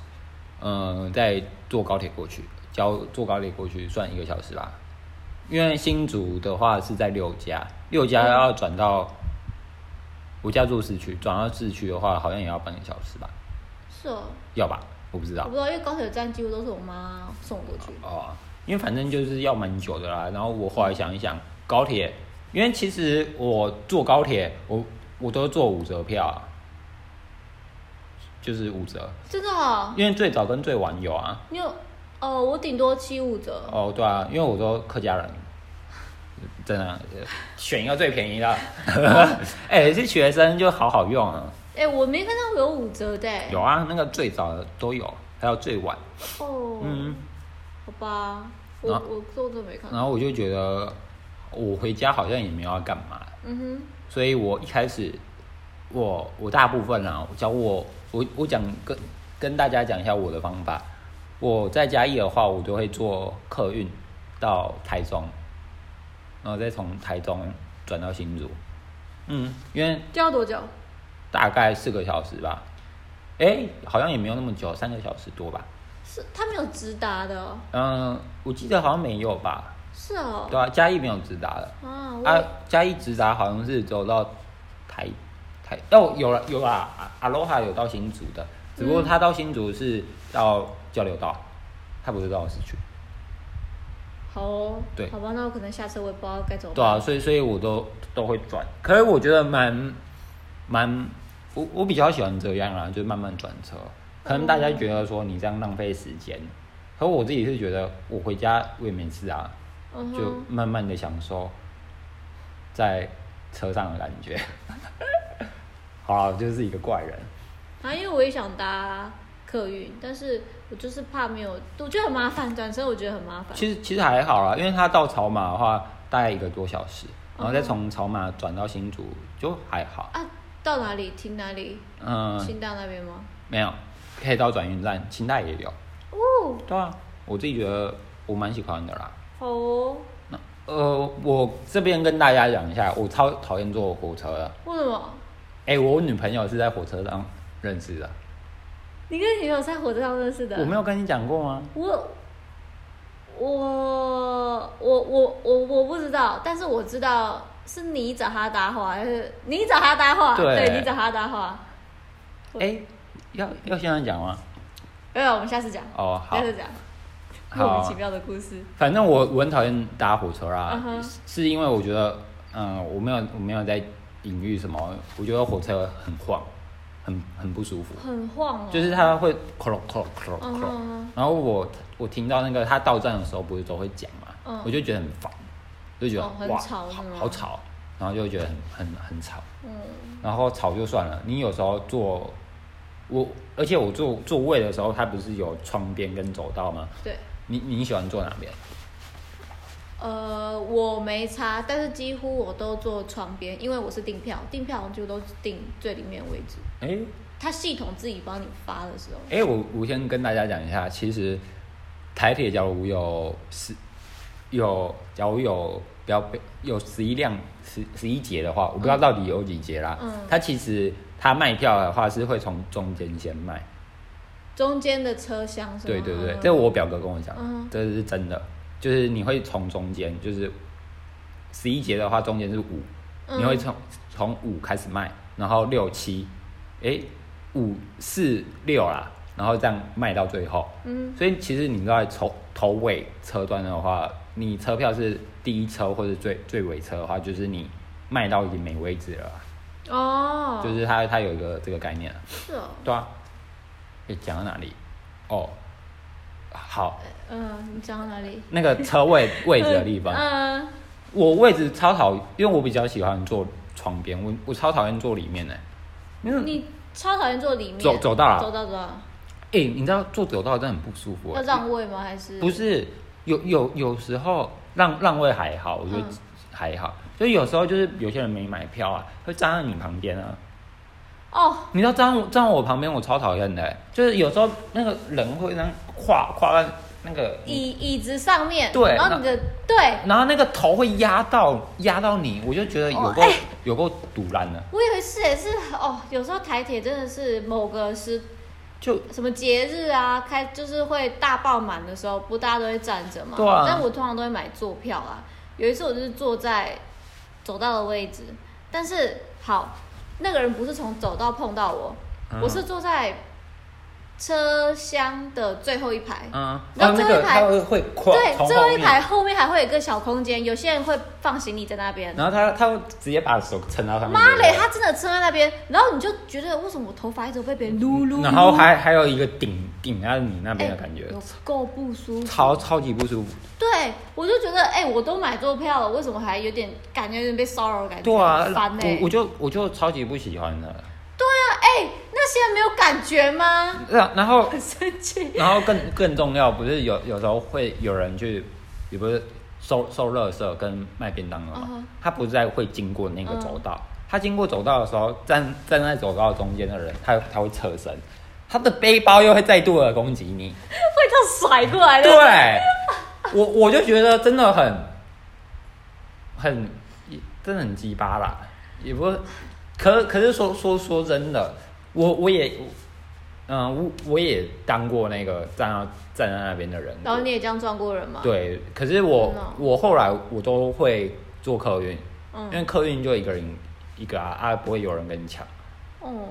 [SPEAKER 2] 嗯、呃，再坐高铁过去，交坐高铁过去算一个小时吧。因为新竹的话是在六家，六家要转到我家住市区，转到市区的话好像也要半个小时吧？
[SPEAKER 1] 是哦，
[SPEAKER 2] 要吧？我不知
[SPEAKER 1] 我
[SPEAKER 2] 道
[SPEAKER 1] 不知道，因为高铁站几乎都是我妈送我过去。
[SPEAKER 2] 哦，因为反正就是要蛮久的啦。然后我后来想一想，高铁，因为其实我坐高铁，我我都坐五折票、啊，就是五折，
[SPEAKER 1] 真的哦，
[SPEAKER 2] 因为最早跟最晚有啊。
[SPEAKER 1] 你有哦，我顶多七五折。
[SPEAKER 2] 哦，对啊，因为我都客家人，真的呃选一个最便宜的。 哎、是学生就好好用啊。
[SPEAKER 1] 哎、我没看到有五折的、欸。
[SPEAKER 2] 有啊，那个最早的都有，还有最晚。
[SPEAKER 1] 哦。
[SPEAKER 2] 嗯。
[SPEAKER 1] 好吧，我、
[SPEAKER 2] 啊
[SPEAKER 1] 我做真没看到。
[SPEAKER 2] 然后我就觉得我回家好像也没有要干嘛，
[SPEAKER 1] 嗯
[SPEAKER 2] 所以我一开始我我大部分啊，教我我我讲跟跟大家讲一下我的方法。我在嘉义的话，我都会坐客运到台中，然后再从台中转到新竹。嗯，因为
[SPEAKER 1] 哼，要多久？
[SPEAKER 2] 大概四个小时吧。哎，好像也没有那么久，三个小时多吧。
[SPEAKER 1] 是他没有直达的、哦。
[SPEAKER 2] 嗯，我记得好像没有吧？
[SPEAKER 1] 是哦。
[SPEAKER 2] 对啊，嘉义没有直达的。
[SPEAKER 1] 啊，我、
[SPEAKER 2] 啊，嘉义直达好像是走到台台哦，有了有啦，阿罗哈有到新竹的，只不过他到新竹是到交流道，他不是到市区。
[SPEAKER 1] 好哦。
[SPEAKER 2] 对
[SPEAKER 1] 好吧，那我可能下车我也不知道该怎么
[SPEAKER 2] 对
[SPEAKER 1] 办。
[SPEAKER 2] 啊，所以所以我都都会转，可是我觉得蛮蛮，我我比较喜欢这样啊，就是慢慢转车。可能大家觉得说你这样浪费时间，可我自己是觉得我回家我也没事啊，
[SPEAKER 1] 嗯
[SPEAKER 2] 就
[SPEAKER 1] 哼。
[SPEAKER 2] 慢慢的享受在车上的感觉。 好啦，我就是一个怪人。
[SPEAKER 1] 啊，因为我也想搭客运，但是我就是怕没有，我觉得很麻烦，转车我觉得很麻烦。
[SPEAKER 2] 其实其实还好啦，因为他到草马的话大概一个多小时，然后再
[SPEAKER 1] 哦
[SPEAKER 2] 从草马转到新竹就还好。
[SPEAKER 1] 啊，到哪里停哪里？
[SPEAKER 2] 嗯，
[SPEAKER 1] 清大那边吗？
[SPEAKER 2] 没有，可以到转运站，清代也有。
[SPEAKER 1] 哦，
[SPEAKER 2] 对啊，我自己觉得我蛮喜欢的啦。
[SPEAKER 1] 好哦，
[SPEAKER 2] 那呃，我这边跟大家讲一下，我超讨厌坐火车的。
[SPEAKER 1] 为什么？
[SPEAKER 2] 哎、我女朋友是在火车上认识的，
[SPEAKER 1] 你跟女友在火车上认识的？
[SPEAKER 2] 我没有跟你讲过吗？
[SPEAKER 1] 我我我我我我不知道，但是我知道是你找他搭话，还是你找他搭话？
[SPEAKER 2] 对
[SPEAKER 1] 你找他搭话。
[SPEAKER 2] 哎、要要现在讲吗？
[SPEAKER 1] 没有，我们下次讲，
[SPEAKER 2] 哦，好
[SPEAKER 1] 下，次讲莫名
[SPEAKER 2] 好啊
[SPEAKER 1] 其，妙的故事。
[SPEAKER 2] 反正我我很讨厌搭火车啦
[SPEAKER 1] 嗯哼
[SPEAKER 2] 是是因为我觉得，嗯，我没有我没有在隐喻什么，我觉得火车很晃，很很不舒服，
[SPEAKER 1] 很晃哦，
[SPEAKER 2] 就是它会 cro cro cro
[SPEAKER 1] 嗯
[SPEAKER 2] cro，
[SPEAKER 1] 哼
[SPEAKER 2] 然后我我听到那个他到站的时候不是都会讲嘛，
[SPEAKER 1] 嗯
[SPEAKER 2] 我就觉得很烦，就觉得、
[SPEAKER 1] 哦很
[SPEAKER 2] 哇
[SPEAKER 1] 吵
[SPEAKER 2] 好
[SPEAKER 1] 是吗
[SPEAKER 2] 好吵，然后就觉得很很很吵，
[SPEAKER 1] 嗯
[SPEAKER 2] 然后吵就算了，你有时候坐我，而且我坐座位的时候，它不是有窗边跟走道吗？
[SPEAKER 1] 对，
[SPEAKER 2] 你你喜欢坐哪边？
[SPEAKER 1] 呃，我没差，但是几乎我都坐窗边，因为我是订票，订票我就都是订最里面的位置，
[SPEAKER 2] 哎、
[SPEAKER 1] 它系统自己帮你发的时候。
[SPEAKER 2] 哎、我我先跟大家讲一下，其实台铁假如有十有假如有标有十一辆十十一节的话，我不知道到底有几节啦。
[SPEAKER 1] 嗯
[SPEAKER 2] 它其实它卖票的话是会从中间先卖。
[SPEAKER 1] 中间的车厢是吗？
[SPEAKER 2] 对对对，
[SPEAKER 1] 嗯
[SPEAKER 2] 这我表哥跟我讲，
[SPEAKER 1] 嗯
[SPEAKER 2] 这是真的，就是你会从中间，就是十一节的话，中间是五、
[SPEAKER 1] 嗯
[SPEAKER 2] 你会从从五开始卖，然后六七，哎，五四六啦，然后这样卖到最后。
[SPEAKER 1] 嗯
[SPEAKER 2] 所以其实你在头头尾车段的话，你车票是第一车或者最最尾车的话，就是你卖到已经没位置了啦，
[SPEAKER 1] 哦，
[SPEAKER 2] 就是它它有一个这个概念啊。
[SPEAKER 1] 是哦，
[SPEAKER 2] 对啊，诶，讲到哪里？哦，好，
[SPEAKER 1] 嗯，你讲到哪里？
[SPEAKER 2] 那个车位位置的地 方，
[SPEAKER 1] 嗯，
[SPEAKER 2] 我位置超讨，因为我比较喜欢坐床边，我我超讨厌坐里面的、欸因为
[SPEAKER 1] 嗯你超讨厌坐里面，
[SPEAKER 2] 走走道啊
[SPEAKER 1] 走道走道，
[SPEAKER 2] 哎、你知道坐走道真的很不舒服、欸
[SPEAKER 1] 要让位吗？还是
[SPEAKER 2] 不？是有有有时候让让位还好，我觉得
[SPEAKER 1] 嗯
[SPEAKER 2] 还好，就是有时候就是有些人没买票啊，会站在你旁边啊。
[SPEAKER 1] 哦，
[SPEAKER 2] 你知道站我站我旁边，我超讨厌的、欸就是有时候那个人会这样跨跨到那个
[SPEAKER 1] 椅椅子上面，
[SPEAKER 2] 对
[SPEAKER 1] 然后你的对，
[SPEAKER 2] 然后那个头会压到压到你，我就觉得有够、
[SPEAKER 1] 哦哎
[SPEAKER 2] 有够堵然的，
[SPEAKER 1] 我有一次也是哦，有时候台铁真的是某个时
[SPEAKER 2] 就
[SPEAKER 1] 什么节日啊，开就是会大爆满的时候，不大家都会站着嘛。
[SPEAKER 2] 对啊
[SPEAKER 1] 但我通常都会买坐票啊。有一次我就是坐在走道的位置，但是好，那个人不是从走道碰到我，
[SPEAKER 2] 嗯
[SPEAKER 1] 我是坐在车厢的最后一排。
[SPEAKER 2] 嗯，
[SPEAKER 1] 然
[SPEAKER 2] 然
[SPEAKER 1] 后
[SPEAKER 2] 后
[SPEAKER 1] 最
[SPEAKER 2] 那
[SPEAKER 1] 后一
[SPEAKER 2] 个
[SPEAKER 1] 排
[SPEAKER 2] 他会会跨
[SPEAKER 1] 对，
[SPEAKER 2] 从
[SPEAKER 1] 最后
[SPEAKER 2] 后
[SPEAKER 1] 一
[SPEAKER 2] 面
[SPEAKER 1] 排，后面还会有一个小空间，有些人会放行李在那边。
[SPEAKER 2] 然后他他会直接把手撑到他们。
[SPEAKER 1] 妈嘞，他真的撑在那边，然后你就觉得为什么我头发一直被别人撸撸撸，
[SPEAKER 2] 嗯然后还还有一个顶顶在你那
[SPEAKER 1] 哎
[SPEAKER 2] 边的感觉，
[SPEAKER 1] 有够不舒服。
[SPEAKER 2] 超超级不舒服。
[SPEAKER 1] 对，我就觉得，哎、我都买坐票了，为什么还有点感觉有点被骚扰的感觉？
[SPEAKER 2] 对啊
[SPEAKER 1] 很，烦呢、欸
[SPEAKER 2] 我我就我就超级不喜欢的。
[SPEAKER 1] 对啊，哎、那些人没有感觉吗？
[SPEAKER 2] 然然后
[SPEAKER 1] 很生气。
[SPEAKER 2] 然后更更重要，不是有有时候会有人去，也不是收收垃圾跟卖便当的嘛
[SPEAKER 1] 嗯哼嗯
[SPEAKER 2] 他不是在会经过那个走道，他经过走道的时候，站站在走道中间的人，他他会侧身，他的背包又会再度的攻击你，
[SPEAKER 1] 会这样甩过来的。
[SPEAKER 2] 对，啊我我就觉得真的很很真的很鸡巴啦，也不是，可可是说说说真的，我我也。嗯，我我也当过那个站到站在那边的人过，
[SPEAKER 1] 然后你也这样撞过人吗？，
[SPEAKER 2] 对，可是我、
[SPEAKER 1] 真的哦
[SPEAKER 2] 我后来我都会坐客运，因
[SPEAKER 1] 嗯，
[SPEAKER 2] 为客运就一个人一个啊，啊不会有人跟你抢。
[SPEAKER 1] 哦，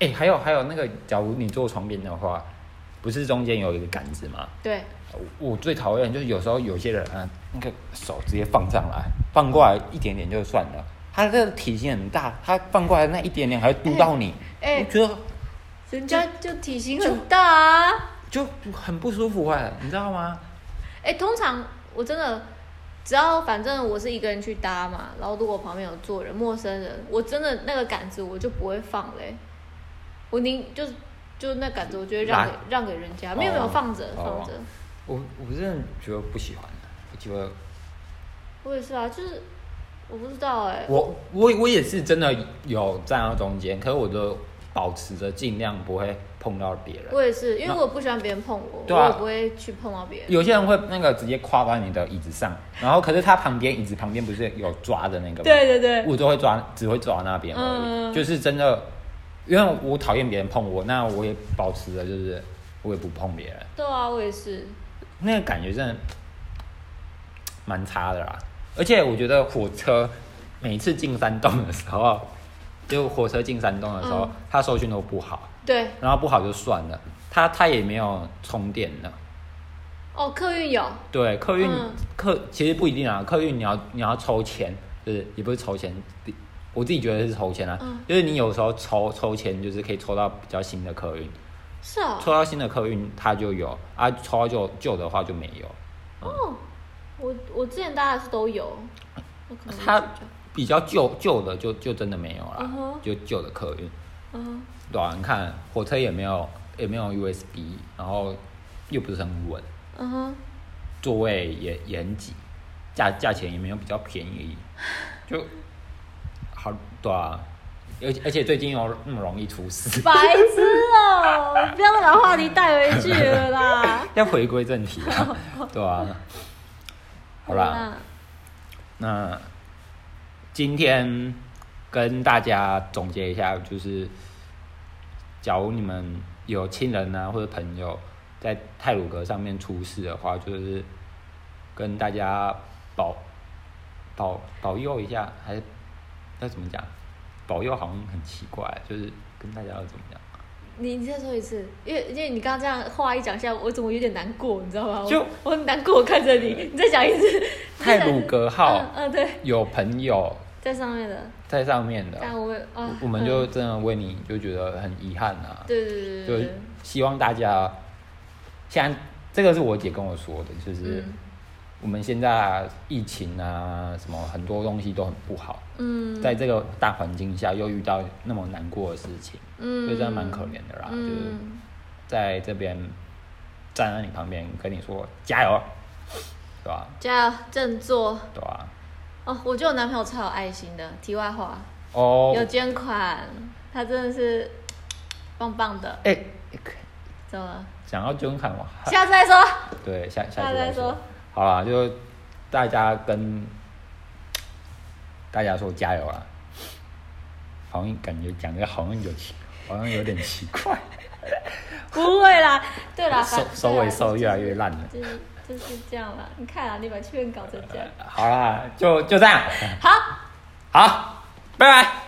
[SPEAKER 2] 哎、还有还有那个，假如你坐床边的话，不是中间有一个杆子吗？
[SPEAKER 1] 对，
[SPEAKER 2] 我我最讨厌就是有时候有些人啊，那个手直接放上来，放过来一点点就算了。他这个体型很大，他放过来那一点点还会嘟到你，
[SPEAKER 1] 哎
[SPEAKER 2] 我觉得
[SPEAKER 1] 人家就体型很大啊。
[SPEAKER 2] 就很不舒服哎、你知道吗？
[SPEAKER 1] 哎、通常我真的。只要反正我是一个人去搭嘛，然后如果旁边有坐人、陌生人，我真的那个杆子我就不会放嘞、我宁就是就那杆子，我就会让给
[SPEAKER 2] 来
[SPEAKER 1] 让给人家，没有没有
[SPEAKER 2] 哦
[SPEAKER 1] 放着
[SPEAKER 2] 哦
[SPEAKER 1] 放着。
[SPEAKER 2] 我我真的觉得不喜欢，我觉得
[SPEAKER 1] 我也是啊，就是我不知道哎、
[SPEAKER 2] 我我我也是真的有站到中间，可是我都保持着尽量不会碰到别人。
[SPEAKER 1] 我也是，因为
[SPEAKER 2] 那
[SPEAKER 1] 我不喜欢别人碰我，
[SPEAKER 2] 对啊
[SPEAKER 1] 我也不会去碰到别人。
[SPEAKER 2] 有些人会那个直接跨到你的椅子上，然后可是他旁边椅子旁边不是有抓的那个吗？
[SPEAKER 1] 对对 对，
[SPEAKER 2] 我都会抓，只会抓那边而已。
[SPEAKER 1] 嗯
[SPEAKER 2] 就是真的，因为我讨厌别人碰我，那我也保持着就是我也不碰别人，
[SPEAKER 1] 对啊，我也是。
[SPEAKER 2] 那个感觉真的蛮差的啦。而且我觉得火车每次进山洞的时候，就火车进山洞的时候，
[SPEAKER 1] 嗯
[SPEAKER 2] 它收讯都不好。
[SPEAKER 1] 对，
[SPEAKER 2] 然后不好就算了，它它也没有充电的。
[SPEAKER 1] 哦，客运有，
[SPEAKER 2] 对，客运、
[SPEAKER 1] 嗯
[SPEAKER 2] 客其实不一定啊，客运你要你要抽签，就是也不是抽签，我自己觉得是抽签啊，
[SPEAKER 1] 嗯
[SPEAKER 2] 就是你有时候抽抽签就是可以抽到比较新的客运，
[SPEAKER 1] 是啊、
[SPEAKER 2] 抽到新的客运它就有啊，抽到旧旧的话就没有。
[SPEAKER 1] 哦，我我之前搭的是都有，我可能
[SPEAKER 2] 它
[SPEAKER 1] 会去找
[SPEAKER 2] 比较旧旧的就就真的没有啦，
[SPEAKER 1] 嗯哼
[SPEAKER 2] 就旧的客运，
[SPEAKER 1] 嗯，
[SPEAKER 2] 对啊，你看火车也没有也没有 USB，然后又不是很稳，
[SPEAKER 1] 嗯哼，，
[SPEAKER 2] 座位也也很挤，价价钱也没有比较便宜，就好对啊，而且而且最近又那么容易出事
[SPEAKER 1] 白痴哦，不要再把话题带回去了啦。
[SPEAKER 2] 要回归正题啊，对啊， 好啦，
[SPEAKER 1] 啦，
[SPEAKER 2] 那今天跟大家总结一下，就是假如你们有亲人啊或者朋友在泰鲁阁上面出事的话，就是跟大家保保保佑一下，还是要怎么讲？保佑好像很奇怪，就是跟大家要怎么讲？
[SPEAKER 1] 你你再说一次，因为因为你刚刚这样话一讲下，我怎么有点难过，你知道吗？我
[SPEAKER 2] 就
[SPEAKER 1] 我很难过，我看着你，你再讲一次。
[SPEAKER 2] 泰鲁格号
[SPEAKER 1] 嗯嗯，对，
[SPEAKER 2] 有朋友
[SPEAKER 1] 在上面的，
[SPEAKER 2] 在上面的，
[SPEAKER 1] 但我们啊
[SPEAKER 2] 我，我们就真的为你就觉得很遗憾啊。
[SPEAKER 1] 对对对
[SPEAKER 2] 就
[SPEAKER 1] 对
[SPEAKER 2] 是
[SPEAKER 1] 对，
[SPEAKER 2] 希望大家，现在这个是我姐跟我说的，就是
[SPEAKER 1] 嗯
[SPEAKER 2] 我们现在疫情啊，什么很多东西都很不好，
[SPEAKER 1] 嗯
[SPEAKER 2] 在这个大环境下又遇到那么难过的事情，
[SPEAKER 1] 嗯
[SPEAKER 2] 所以真的蛮可怜的啦。就是
[SPEAKER 1] 嗯，
[SPEAKER 2] 在这边站在你旁边跟你说加油，对吧？
[SPEAKER 1] 加油，振作
[SPEAKER 2] 对啊吧？
[SPEAKER 1] 哦！我觉得我男朋友超有爱心的。题外话，
[SPEAKER 2] 哦，
[SPEAKER 1] 有捐款，他真的是棒棒的。
[SPEAKER 2] 哎、
[SPEAKER 1] 怎么了？
[SPEAKER 2] 想要捐款吗？
[SPEAKER 1] 下次再说。
[SPEAKER 2] 对，下
[SPEAKER 1] 下次
[SPEAKER 2] 下次
[SPEAKER 1] 再
[SPEAKER 2] 再
[SPEAKER 1] 说
[SPEAKER 2] 说。好啦，就大家跟大家说加油啦。好像感觉讲的好像有奇，好像有点奇怪。
[SPEAKER 1] 不会 啦，对啦，
[SPEAKER 2] 收
[SPEAKER 1] 反
[SPEAKER 2] 收尾
[SPEAKER 1] 对啦
[SPEAKER 2] 收越来越烂了。
[SPEAKER 1] 就是就是这样啦。你看啊，你把气氛搞成这样。
[SPEAKER 2] 好啦，就就这样，
[SPEAKER 1] 好。
[SPEAKER 2] 好，拜拜。